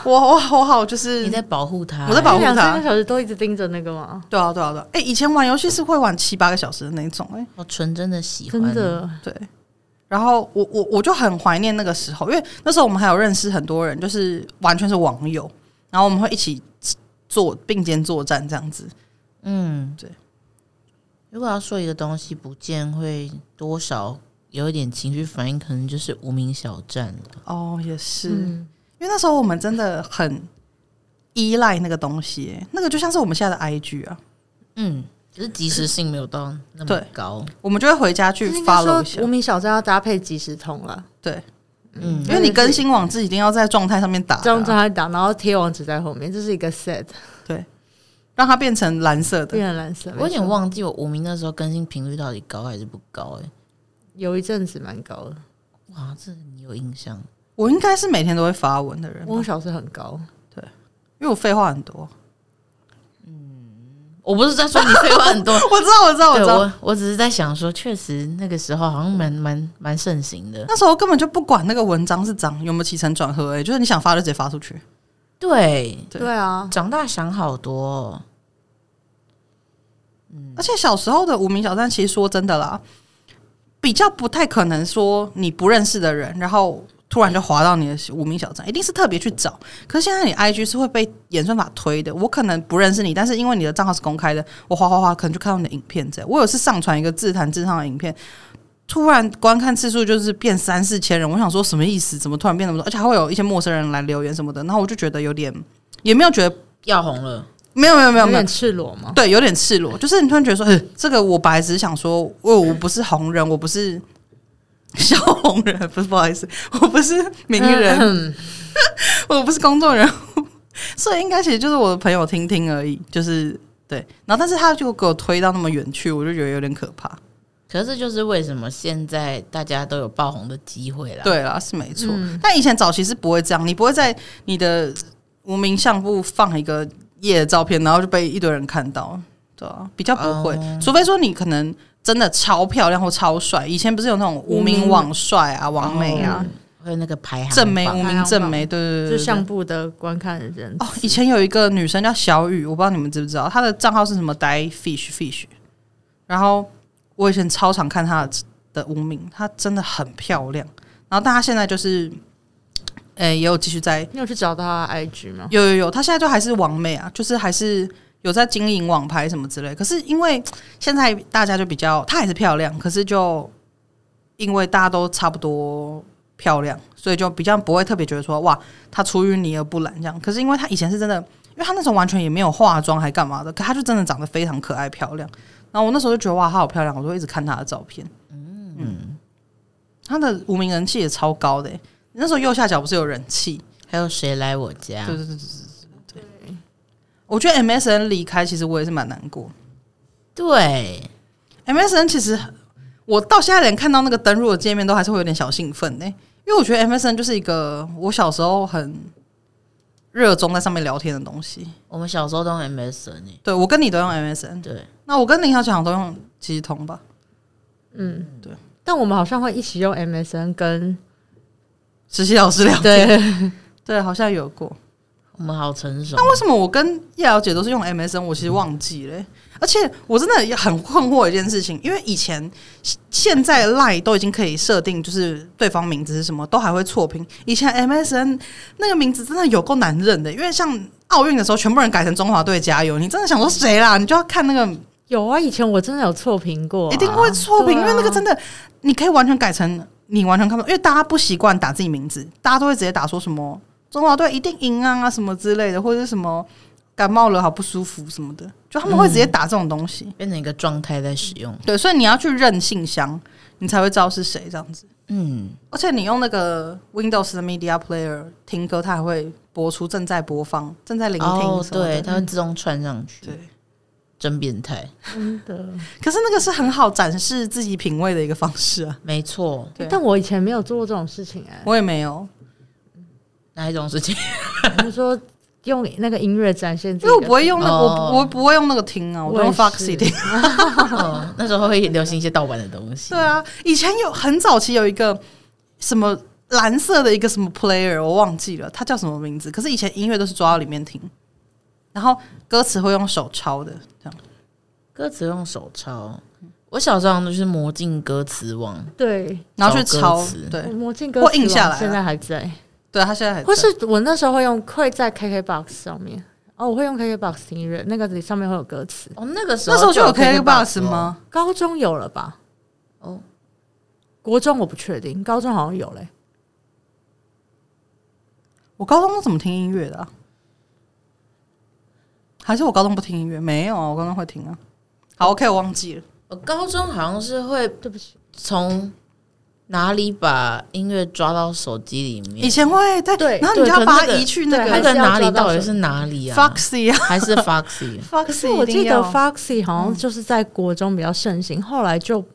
我我我好就是啊你在保护他、欸我在保护两他三个小时都一直盯着那个吗？对啊，对啊，对啊！哎、以前玩游戏是会玩七八个小时的那种、哎，好纯真的喜欢，真的，对。然后我我我就很怀念那个时候，因为那时候我们还有认识很多人，就是完全是网友，然后我们会一起做并肩作战这样子。嗯，对。如果要说一个东西不见，会多少有一点情绪反应，可能就是无名小站了。哦，也是，嗯，因为那时候我们真的很依赖那个东西、哎那个就像是我们现在的 IG 啊，嗯，只是及时性没有到那么对高。我们就会回家去应该 follow 说一下无。名小站要搭配即时通了，对，嗯，因为你更新网志一定要在状态上面打的啊、这样子还打，然后贴网址在后面，这是一个 set，让它变成蓝色的。变成蓝色。我有点没错，忘记我无名那时候更新频率到底高还是不高、欸。有一阵子蛮高的，哇，这你有印象？我应该是每天都会发文的人吧，我小时候很高，因为我废话很多。我不是在说你废话很 ，多 我知道，我知道，我对知道。我我只是在想说，确实那个时候好像蛮蛮蛮盛行的。那时候根本就不管那个文章是长有没有起承转合、欸，就是你想发就直接发出去。对，对对啊，长大想好多、哦。而且小时候的无名小站，其实说真的啦，比较不太可能说你不认识的人，然后突然就滑到你的无名小站，一定是特别去找。可是现在你 IG 是会被演算法推的，我可能不认识你，但是因为你的账号是公开的，我滑滑滑，可能就看到你的影片这样。我有一次上传一个自弹自唱的影片。突然观看次数就是变三四千人，我想说什么意思？怎么突然变那么多？而且还会有一些陌生人来留言什么的，然后我就觉得有点，也没有觉得要红了，没有没有没有有没有点，赤裸嘛。对，有点赤裸，就是你突然觉得说，呃，这个我本来只是想说，我我不是红人，我不是 小红人，不是不好意思，我不是名人，嗯 我不是公众人物，所以应该其实就是我的朋友听听而已，就是对。然后，但是他就给我推到那么远去，我就觉得有点可怕。可是这就是为什么现在大家都有爆红的啊机会啦。，对啦，是没错。嗯但以前早期是不会这样，你不会在你的无名相簿放一个夜的照片，然后就被一堆人看到，对啊，比较不会。哦除非说你可能真的超漂亮或超帅，以前不是有那种无名网帅啊、网美啊、嗯哦嗯还有那个排行榜正妹、无排名行正榜媒，对对对就对相簿的观看人哦，以前有一个女生叫小雨，我不知道你们知不知道，她的账号是什么 die fish fish，然后我以前超常看她的的无名，她真的很漂亮，然后但她现在就是，呃、也有继续在，你有去找他的 IG 吗？有有有，她现在就还是网美啊，就是还是有在经营网拍什么之类，可是因为现在大家就比较，她还是漂亮，可是就因为大家都差不多。漂亮，所以就比较不会特别觉得说哇，她出淤泥而不染这样。可是因为她以前是真的，因为她那时候完全也没有化妆还干嘛的，可她就真的长得非常可爱漂亮。然后我那时候就觉得哇，她好漂亮，我就一直看她的照片。嗯，她的无名人气也超高的、欸，那时候右下角不是有人气？还有谁来我家？对对对对对对。我觉得 MSN 离开，其实我也是蛮难过。对， MSN 其实我到现在连看到那个登录的界面都还是会有点小兴奋呢、因为我觉得 MSN 就是一个我小时候很热衷在上面聊天的东西。我们小时候都用 MSN 欸对我跟你都用 MSN，对，那我跟林小强都用即时通吧。嗯，对。但我们好像会一起用 MSN 跟实习老师聊天，对，对，好像有过。我们好成熟。为什么我跟叶瑶姐都是用 MSN，我其实忘记了欸、而且我真的也很困惑一件事情，因为以前现在 Line 都已经可以设定，就是对方名字是什么，都还会错拼。以前 MSN 那个名字真的有够难认的，因为像奥运的时候，全部人改成中华队加油，你真的想说谁啦？你就要看那个有啊，以前我真的有错评过啊、一定会错评，对因啊为那个真的，你可以完全改成你完全看不懂，因为大家不习惯打自己名字，大家都会直接打说什么中华队一定赢啊啊什么之类的，或者是什么感冒了好不舒服什么的，就他们会直接打这种东西。变成一个状态在使用，对，所以你要去认信箱，你才会知道是谁这样子。嗯，而且你用那个 Windows 的 Media Player 听歌，它还会播出正在播放、正在聆听哦，什么对，的。嗯它会自动串上去，对，真变态，真的。可是那个是很好展示自己品味的一个方式 啊。没错，对但我以前没有做过这种事情哎、我也没有，哪一种事情？他们说用那个音乐展现自己因为我的，不会用那个，哦我我不会用那个听啊，我都我用也是 Foxy 听。 哦 那时候会流行一些盗版的东西对，啊，以前有很早期有一个什么蓝色的一个什么 player，我忘记了，它叫什么名字。可是以前音乐都是抓到里面听，然后歌词会用手抄的，这样歌词用手抄。我小时候好像都是魔镜歌词网，对然后去找歌抄词。对魔镜歌我词印下网来现了在还在，对，他现在还嗯或在是我那时候会用会在 KKBOX 上面哦，我会用 KKBOX 听音乐，那个里上面会有歌词。哦，那个时候那时候就有 KKBOX KKBox 吗？高中有了吧？哦？哦，国中我不确定，高中好像有嘞、我高中都怎么听音乐的、啊？还是我高中不听音乐？没有啊，我高中会听啊。好，OK，我忘记了。我哦高中好像是会对不起，从哪里把音乐抓到手机里以面？前会对，对然后你就要对把可是那它个移去那对个那还个是要哪里抓到到底手是哪里啊 Foxy 啊还是 Foxy？是，Foxy 我一定记得要 Foxy 好像就是在国中比较盛行，后来就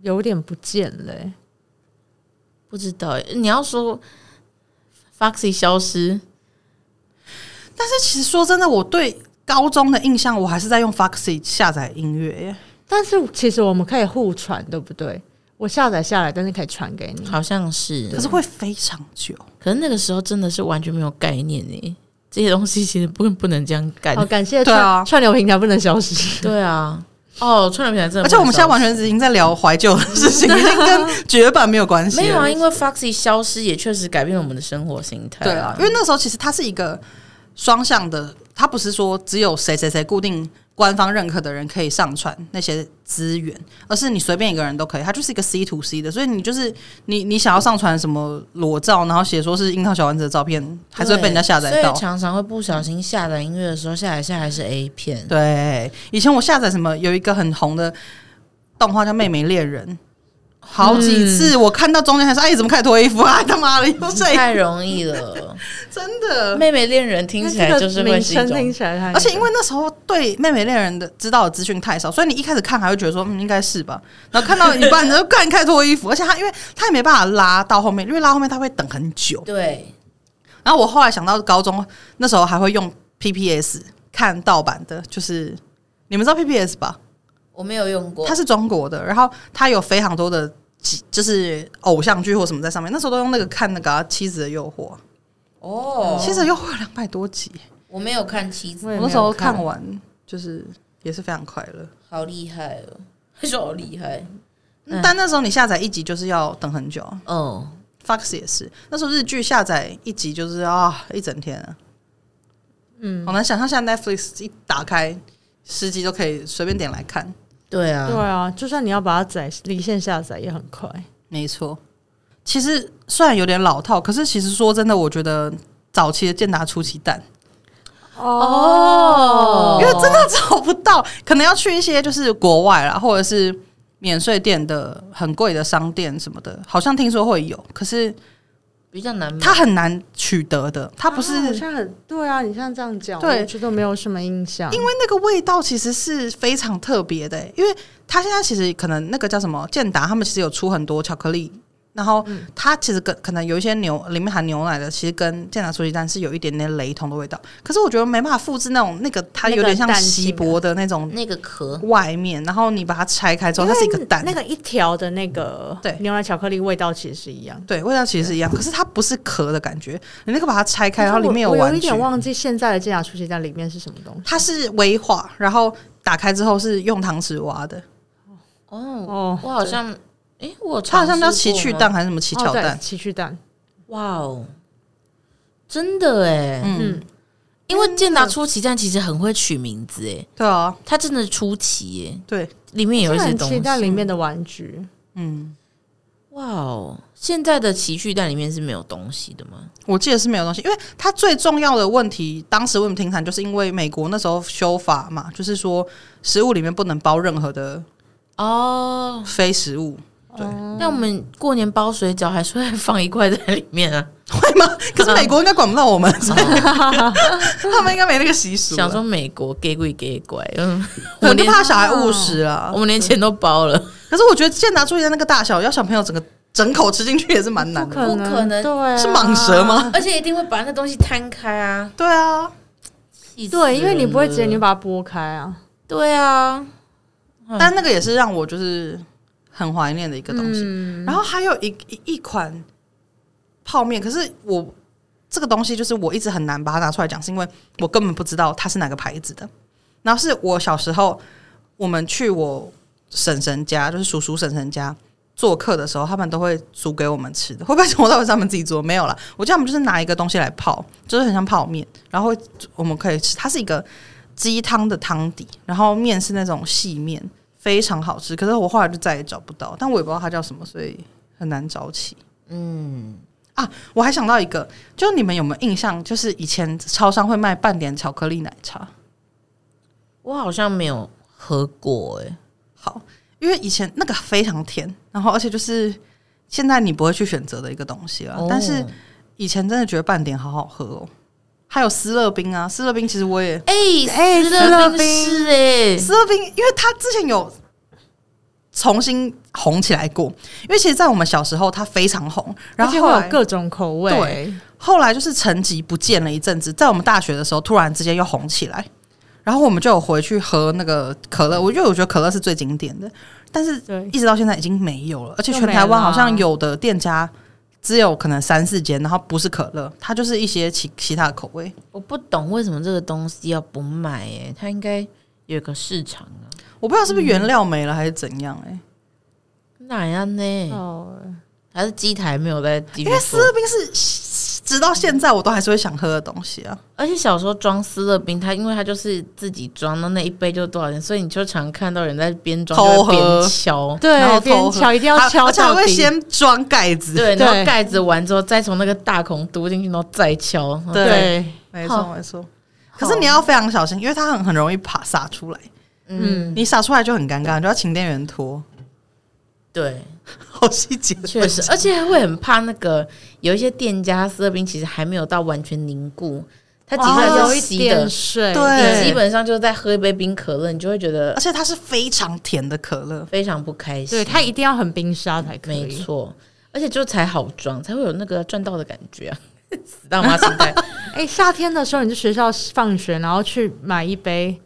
有点不见了、欸。不知道欸，你要说 Foxy 消失，但是其实说真的，我对高中的印象，我还是在用 Foxy 下载音乐耶。但是其实我们可以互传，对不对？我下载下来，但是可以传给你。好像是，可是会非常久。可是那个时候真的是完全没有概念诶，这些东西其实不不能这样干好，。感谢对串、啊串流平台不能消 失。对啊，哦，串流平台真而且的不能少吃，我们现在完全已经在聊怀旧的事 情，已经跟绝版没有关系了。没有啊，因为 Foxy 消失也确实改变了我们的生活形态。对啊，因为那时候其实它是一个双向的，它不是说只有谁谁谁固定官方认可的人可以上传那些资源，而是你随便一个人都可以，它就是一个 C to C 的，所以你就是你你想要上传什么裸照，然后写说是樱桃小丸子的照片，还是会被人家下载对所到以。常常会不小心下载音乐的时候，下载下来是 A 片，对，以前我下载什么有一个很红的动画叫《妹妹恋人》，好几次我看到中间还说：“哎，你怎么开始脱衣服啊？他妈的，又 睡太容易了。真的。”妹妹恋人听起来就是那这个会名是一称听种，起来太，而且因为那时候对妹妹恋人的知道的资讯太少，所以你一开始看还会觉得说，嗯，应该是吧。然后看到一半，你就看开脱衣服， 而且他因为他也没办法拉到后面，因为拉后面他会等很久。对，然后我后来想到高中那时候还会用 PPS 看盗版的，就是你们知道 PPS 吧？我没有用过它，是中国的，然后它有非常多的集就是偶像剧或什么在上面。那时候都用那个看那个啊、妻子的诱惑》，哦妻子的诱惑》有两百多集，我没有看妻子我，也我没有那时候看看完就是也是非常快乐。好厉害哦，他说好厉害，嗯但那时候你下载一集就是要等很久哦， ，Fox 也是。那时候日剧下载一集就是啊一整天啊，嗯，好难想象现在 Netflix 一打开十集都可以随便点来看。对对啊，啊，就算你要把它载离线下载也很快。没错，其实虽然有点老套，可是其实说真的，我觉得早期的健达出奇蛋， 哦因为真的找不到，可能要去一些就是国外啦，或者是免税店的很贵的商店什么的，好像听说会有，可是比较难买。它很难取得的，它不是、啊好像很对啊，你像这样讲，对我觉得没有什么印象，因为那个味道其实是非常特别的、因为它现在其实可能那个叫什么健达，他们其实有出很多巧克力，然后嗯它其实跟可能有一些牛里面含牛奶的，其实跟健达出鸡蛋是有一点点雷同的味道，可是我觉得没办法复制那种那个它那有个点像蛋性锡啊箔的那种那个壳外面，然后你把它拆开之后，它是一个蛋，那个一条的那个对牛奶巧克力味道其实是一样。对，味道其实是一样，可是它不是壳的感觉，你那个把它拆开，然后里面有我玩一具点，忘记现在的健雅出鸡蛋里面是什么东西它是微化，然后打开之后是用糖匙挖的，哦，哦我好像诶，我有它好像叫尝试奇过趣吗蛋还是什么奇巧哦蛋对，奇趣蛋，哇哦，真的哎，嗯，嗯，因为健达那个出奇蛋其实很会取名字哎，对啊，它真的出奇哎，对，里面有一些很东期西。待里面的玩具，嗯，哇哦，现在的奇趣蛋里面是没有东西的吗？我记得是没有东西，因为它最重要的问题，当时为什么停产，就是因为美国那时候修法嘛，就是说食物里面不能包任何的哦，非食物， 对，那我们过年包水饺还是会放一块在里面啊？会吗？可是美国应该管不到我们，所以 他们应该没那个习俗啦。想说美国给鬼给拐，嗯，我我们们就连怕小孩误食啊我。们连钱都包了，可是我觉得健达注意的那个大小，要小朋友整个整口吃进去也是蛮难的。能不可能对啊，是蟒蛇吗？ 而且一定会把那东西摊开啊！对啊，气死对，因为你不会直接你就了把它剥开啊，对啊，但那个也是让我就是很怀念的一个东西。嗯然后还有一一一款泡面，可是我这个东西就是我一直很难把它拿出来讲，是因为我根本不知道它是哪个牌子的。然后是我小时候我们去我婶婶家，就是叔叔婶婶家做客的时候，他们都会煮给我们吃的。会不会从头到尾是他们自己做？没有啦，我叫他们就是拿一个东西来泡，就是很像泡面，然后会我们可以吃。它是一个鸡汤的汤底，然后面是那种细面，非常好吃。可是我后来就再也找不到，但我也不知道它叫什么，所以很难找起。嗯，啊，我还想到一个，就你们有没有印象？就是以前超商会卖半点巧克力奶茶，我好像没有喝过哎、好，因为以前那个非常甜，然后而且就是现在你不会去选择的一个东西了。哦但是以前真的觉得半点好好喝哦，还有斯乐冰啊，斯乐冰其实我也哎哎斯斯乐乐冰冰是哎、斯乐冰，因为它之前有重新红起来过，因为其实，在我们小时候它非常红，然而后且后会来有各种口味，对后来就是成绩不见了一阵子，在我们大学的时候突然之间又红起来，然后我们就有回去喝那个可乐，我因为我觉得可乐是最经典的，但是对一直到现在已经没有了，而且又全台没了湾啊好像有的店家只有可能三四间，然后不是可乐，它就是一些其其他的口味。我不懂为什么这个东西要不卖哎、它应该有个市场啊，我不知道是不是嗯原料没了还是怎样哎、哪样呢？哦，嗯还是机台没有在继续因为斯做？乐冰是直到现在我都还是会想喝的东西啊。而且小时候装斯乐冰，它因为它就是自己装，那那一杯就多少钱，所以你就常看到人在边装偷就喝会边敲。然后对，偷边喝敲一定要啊敲而且还到会底，先装盖子，对，然后对盖子完之后，再从那个大孔嘟进去，然后再敲。然后对对，没好错没错。可是你要非常小心，因为它很很容易爬洒出来，嗯，你洒出来就很尴尬，你就要请店员拖。对，好细节，确 实，而且会很怕那个有一些店家斯乐冰其实还没有到完全凝固，它挤出哦来有是一稀的点，水，对你基本上就是在喝一杯冰可乐，你就会觉得而且它是非常甜的可乐，非常不开心。对，它一定要很冰沙才可没以。错，而且就才好装，才会有那个赚到的感觉啊！ 死大妈时代，哎、夏天的时候你去学校放学，然后去买一杯，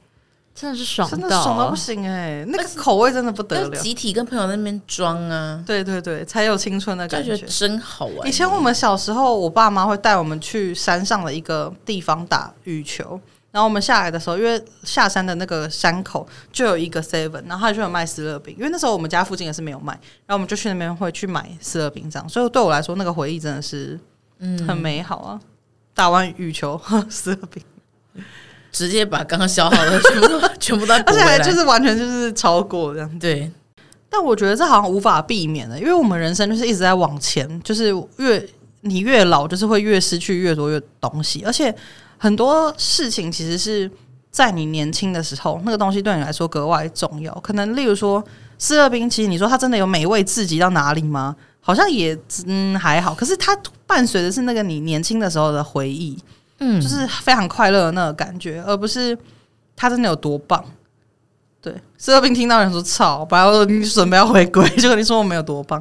真的是爽真的到啊爽到不行哎、那个口味真的不得要了。集体跟朋友在那边装啊，对对对，才有青春的就感觉觉得。真好玩。以前我们小时候，我爸妈会带我们去山上的一个地方打羽球，然后我们下来的时候，因为下山的那个山口就有一个 Seven，然后他就有卖斯乐饼，因为那时候我们家附近也是没有卖，然后我们就去那边会去买斯乐饼这样，所以对我来说，那个回忆真的是嗯，很美好啊！打完羽球喝斯乐 饼，直接把刚刚消耗的全部都全部 都而补且回还来就是完全就是超过这样。对，但我觉得这好像无法避免的，因为我们人生就是一直在往前，就是越你越老，就是会越失去越多越东西，而且很多事情其实是在你年轻的时候，那个东西对你来说格外重要。可能例如说四二冰淇淋，你说它真的有美味至极到哪里吗？好像也嗯还好，可是它伴随的是那个你年轻的时候的回忆，嗯，就是非常快乐的那个感觉，而不是他真的有多棒。对，四二兵听到人说“操”，本来我说你准备要回归，结果你说我没有多棒，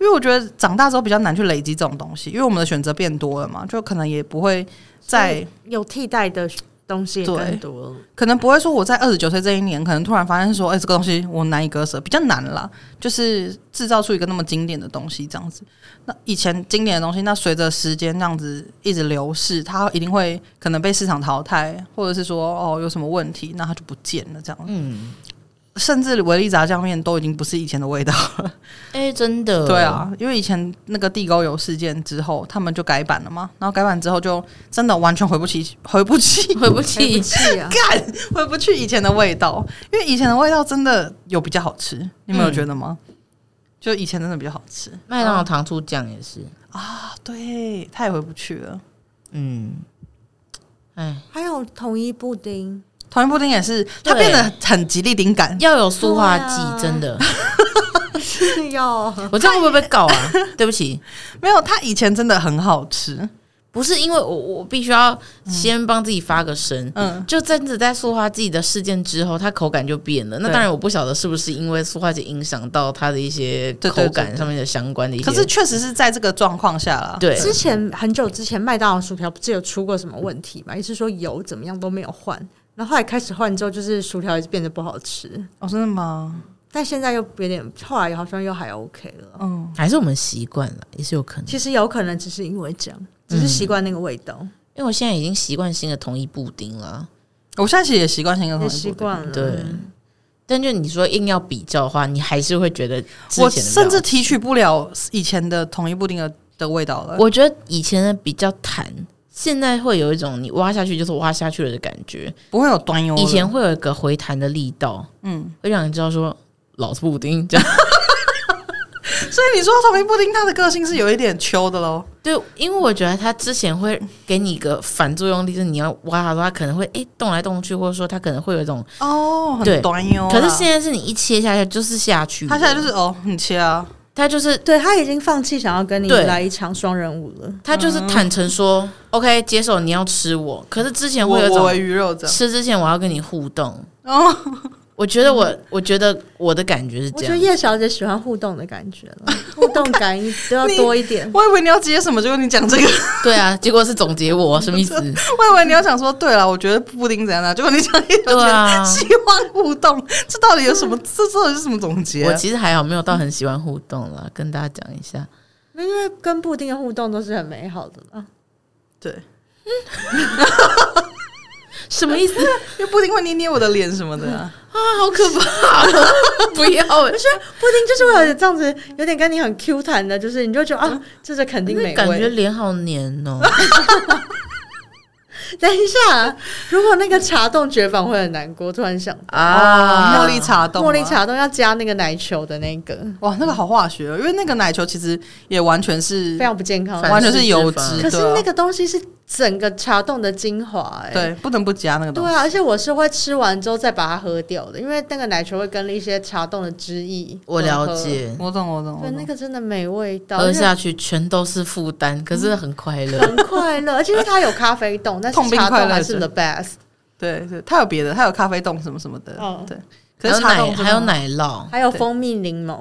因为我觉得长大之后比较难去累积这种东西，因为我们的选择变多了嘛，就可能也不会再，有替代的东西也对更多了。可能不会说我在二十九岁这一年，可能突然发现说，哎、这个东西我难以割舍，比较难啦，就是制造出一个那么经典的东西这样子。那以前经典的东西，那随着时间这样子一直流逝，它一定会可能被市场淘汰，或者是说哦有什么问题，那它就不见了这样。嗯，甚至维力炸酱面都已经不是以前的味道了。哎、真 的，对，啊，因为以前那个地沟油事件之后，他们就改版了嘛，然后改版之后就真的完全回不起，回不起，回不对去不，起啊，回不去以前的味道，因为以前的味道真的有比较好吃，你们有觉得吗？就以前真的比较好吃麦当劳糖醋酱也是，啊，对，他也回不去了。嗯，哎，还有统一布丁，桃园布丁也是，它对变得很吉利灵感，要有塑化剂，对啊真的，要我这样会不会被告 啊？对不起，没有，它以前真的很好吃，不是因为我我必须要先帮自己发个声，嗯，就真的在塑化剂的事件之后，它口感就变了。那对当然，我不晓得是不是因为塑化剂影响到它的一些对对口对感对上面的相关的一些。可是确实是在这个状况下啦，对之前很久之前，麦当劳薯条不是有出过什么问题嘛？也是说油怎么样都没有换，然后后来开始换之后，就是薯条也是变得不好吃，哦，真的吗？但现在又有点，后来好像又还 OK 了。嗯，还是我们习惯了，也是有可能。其实有可能只是因为嗯这样，只是习惯那个味道，因为我现在已经习惯性的同一布丁了，啊我现在其实也习惯性跟也桃园布习丁惯了。对。但就你说硬要比较的话，你还是会觉得之我前的甚至比提取不了以前的统一布丁的的味道了较，。我觉得以前的比较弹，现在会有一种你挖下去就是挖下去了的感觉。不会有端油了。以前会有一个回弹的力道，嗯，会让你知道说老子布丁这样。所以你说统一布丁它的个性是有一点秋的喽。对，因为我觉得它之前会给你一个反作用力，就是你要挖它的话，它可能会诶动来动去，或者说它可能会有一种。哦，对很端哟。可是现在是你一切下去就是下去了，他现在就是哦，你切啊，它就是对他已经放弃想要跟你对来一场双人舞了，它就是坦诚说、o k 接受你要吃我。可是之前会我有一我为种鱼肉这样。吃之前我要跟你互动，哦，我觉得我、我觉得我的感觉是我这觉得样。叶小姐喜欢互动的感觉 了，互动感一都要多一点。我以为你要接什么，结果你讲这个，对啊，结果是总结我什么意思？我以为你要想说对了，我觉得布丁怎样的、结果你讲一对啊，希望互动，这到底有什么？这到底是什么总结我啊？其实还好，没有到很喜欢互动了，跟大家讲一下。因为跟布丁的互动都是很美好的嘛，对，什么意思啊？因为布丁会捏捏我的脸什么的啊、好可怕！不 要、欸，布丁就是会有这样子，有点跟你很 Q 弹的，就是你就觉得啊，这是肯定那美嗯感觉味。脸好黏哦。等一下，如果那个茶冻绝版会很难过，突然想到啊哦嗯茉莉茶冻，茉莉。茶冻要加那个奶球的那个，哇，那个好化学、哦，因为那个奶球其实也完全是非，常不健康。反完全是油反式脂，可是对啊那个东西是整个茶冻的精华、哎。对，不能不加那个东对西。啊，而且我是会吃完之后再把它喝掉的，因为那个奶球会跟一些茶冻的汁液。我了。解，我懂，我懂，我对，那懂。个真的没味道，喝而且下去全都是负担，可是很快乐。很快乐，而且因为它有咖啡 冻，但痛是并茶快冻乐还着是 the best。对对，它有别的，它有咖啡冻什么什么的。哦对，可还是有茶奶，冻真的还有奶酪，还有对蜂蜜柠檬，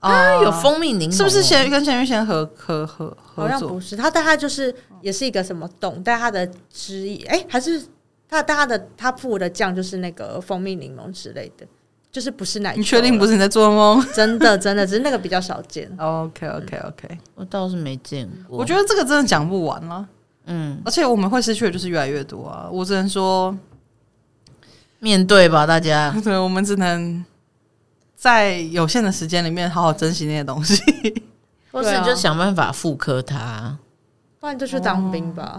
啊，有蜂蜜柠檬哦，是不是咸鱼跟咸鱼先合合合好合像作？不是它，但它就是也是一个什么冻，但它的汁液，哎、还是它但它的它附的酱就是那个蜂蜜柠檬之类的，就是不是奶球了。你确定不是 你在做 梦真的真的，只是那个比较少见。 ？OK OK OK，我倒是没见过。我觉得这个真的讲不完了，嗯，而且我们会失去的就是越来越多啊。我只能说， 面对吧，大家。对，我们只能在有限的时间里面好好珍惜那些东西。或是对啊你就想办法复刻它， 不然就去哦当兵吧。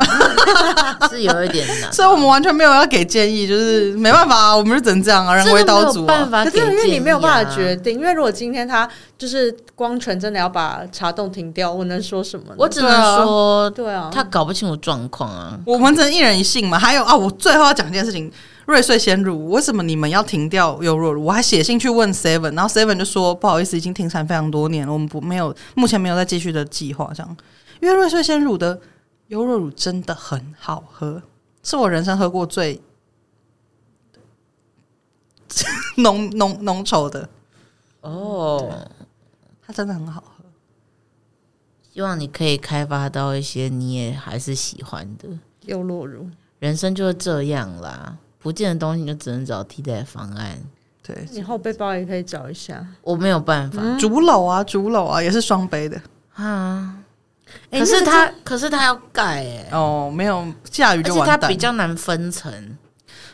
是有一点难。所以我们完全没有要给建议，就是没办法、啊，我们就只能这样啊，人为刀这俎个没有办啊。法可给是建议啊，啊因为你没有办法决定，因为如果今天他就是光权真的要把茶洞停掉，我能说什么呢？我只能说对啊，他搞不清楚状况啊。我们只能一人一信嘛。还有啊，我最后要讲一件事情：瑞穗鲜乳为什么你们要停掉优若乳？我还写信去问 Seven，然后 Seven 就说不好意思，已经停产非常多年了，我们不没有目前没有再继续的计划这样。因为瑞穗鲜乳的优若乳真的很好喝，是我人生喝过最浓浓浓稠的，哦，它真的很好喝。希望你可以开发到一些你也还是喜欢的。又落入。人生就是这样啦，不见的东西你就只能找替代方案。对，你后背包也可以找一下。我没有办嗯法、竹篓啊，竹篓啊，也是双杯的啊，诶可那是个他，可是他要盖哎、哦，没有下雨而就且完它蛋。比较难分层。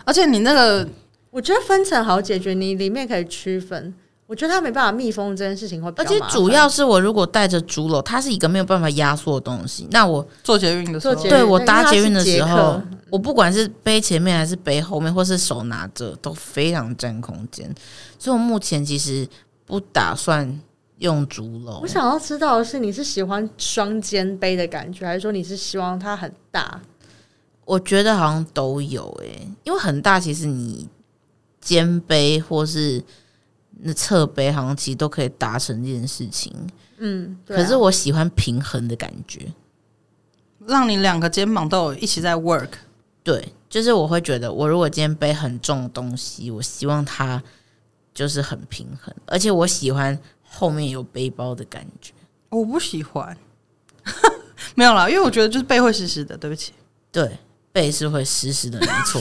而且你那个我觉得分层好解决，你里面可以区分。我觉得它没办法密封这件事情会比而较且麻烦主要是我如果带着竹篓，它是一个没有办法压缩的东西。那我做捷运的时候，做捷运对我对因为搭它捷是运的捷时候克，我不管是背前面还是背后面，或是手拿着，都非常占空间。所以我目前其实不打算用竹我篓。想要知道的是，你是喜欢双肩背的感觉，还是说你是希望它很大？我觉得好像都有诶、因为很大，其实你肩背或是那侧背，好像其实都可以达成这件事情。嗯，对啊可是我喜欢平衡的感觉，让你两个肩膀都有一起在 work，对，就是我会觉得，我如果今天背很重的东西，我希望它就是很平衡，而且我喜欢后面有背包的感觉。我不喜欢。 没有啦，因为我觉得就是背会湿湿的，对不起。对，背是会湿湿的，没 错。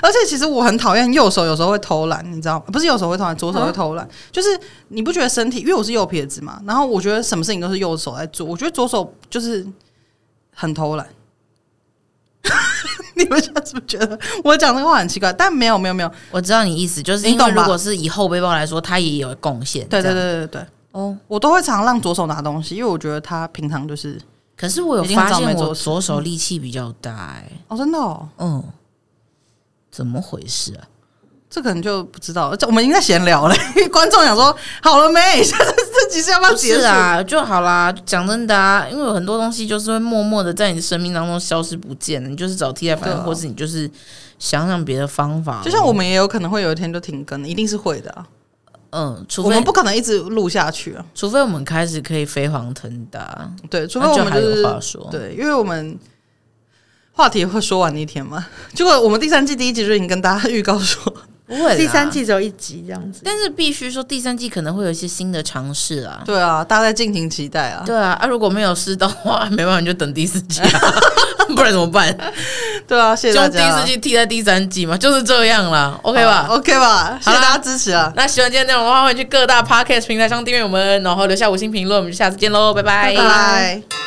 而且其实我很讨厌右手有时候会偷懒，你知道吗？不是右手会偷懒，左手会偷啊懒，就是你不觉得身体，因为我是右撇子嘛，然后我觉得什么事情都是右手在做，我觉得左手就是很偷懒。 你们现在是不是觉得我讲这个话很奇怪？但没有没有没有，我知道你意思，就是你因为懂吧如果是以后背包来说，它也有贡献。对对这样对对对，哦。我都会常让左手拿东西，因为我觉得他平常就是可是我有已经很发早没现，做我事嗯左手力气比较大、欸，哦，真的哦，嗯，怎么回事啊？这可能就不知道了。这我们已经在闲聊了，因为 观众想说好了没？ 这这集是要不要不结是束？啊，就好啦。讲真的啊，因为有很多东西就是会默默的在你生命当中消失不见，你就是找替代方案，对啊或是你就是想想别的方法。就像我，们也有可能会有一天就停更，一定是会的、啊。嗯，除我非们不可能一直录下去啊，除非我们开始可以飞黄腾达，对，除非那我就们还是有话说。对，因为我们话题会说完的一天嘛。 结果我们第三季第一集就已经跟大家预告说， 不会啦第三，季只有一集这样子。但是必须说第三季可能会有一些新的尝试啊。对啊，大家在敬情期待啊。对啊，啊，如果没有试到的话， 没办法，你就等第四季啊， 不然怎么办？对啊，谢就谢大用第家。四季替代第三季嘛，就是这样啦，OK 好吧？ ？OK 吧？谢谢好啦大家支持啊，那喜欢今天的内容的话，欢迎去各大 podcast 平台上订阅我们，然后留下五星评论。我们就下次见喽，拜拜，拜拜。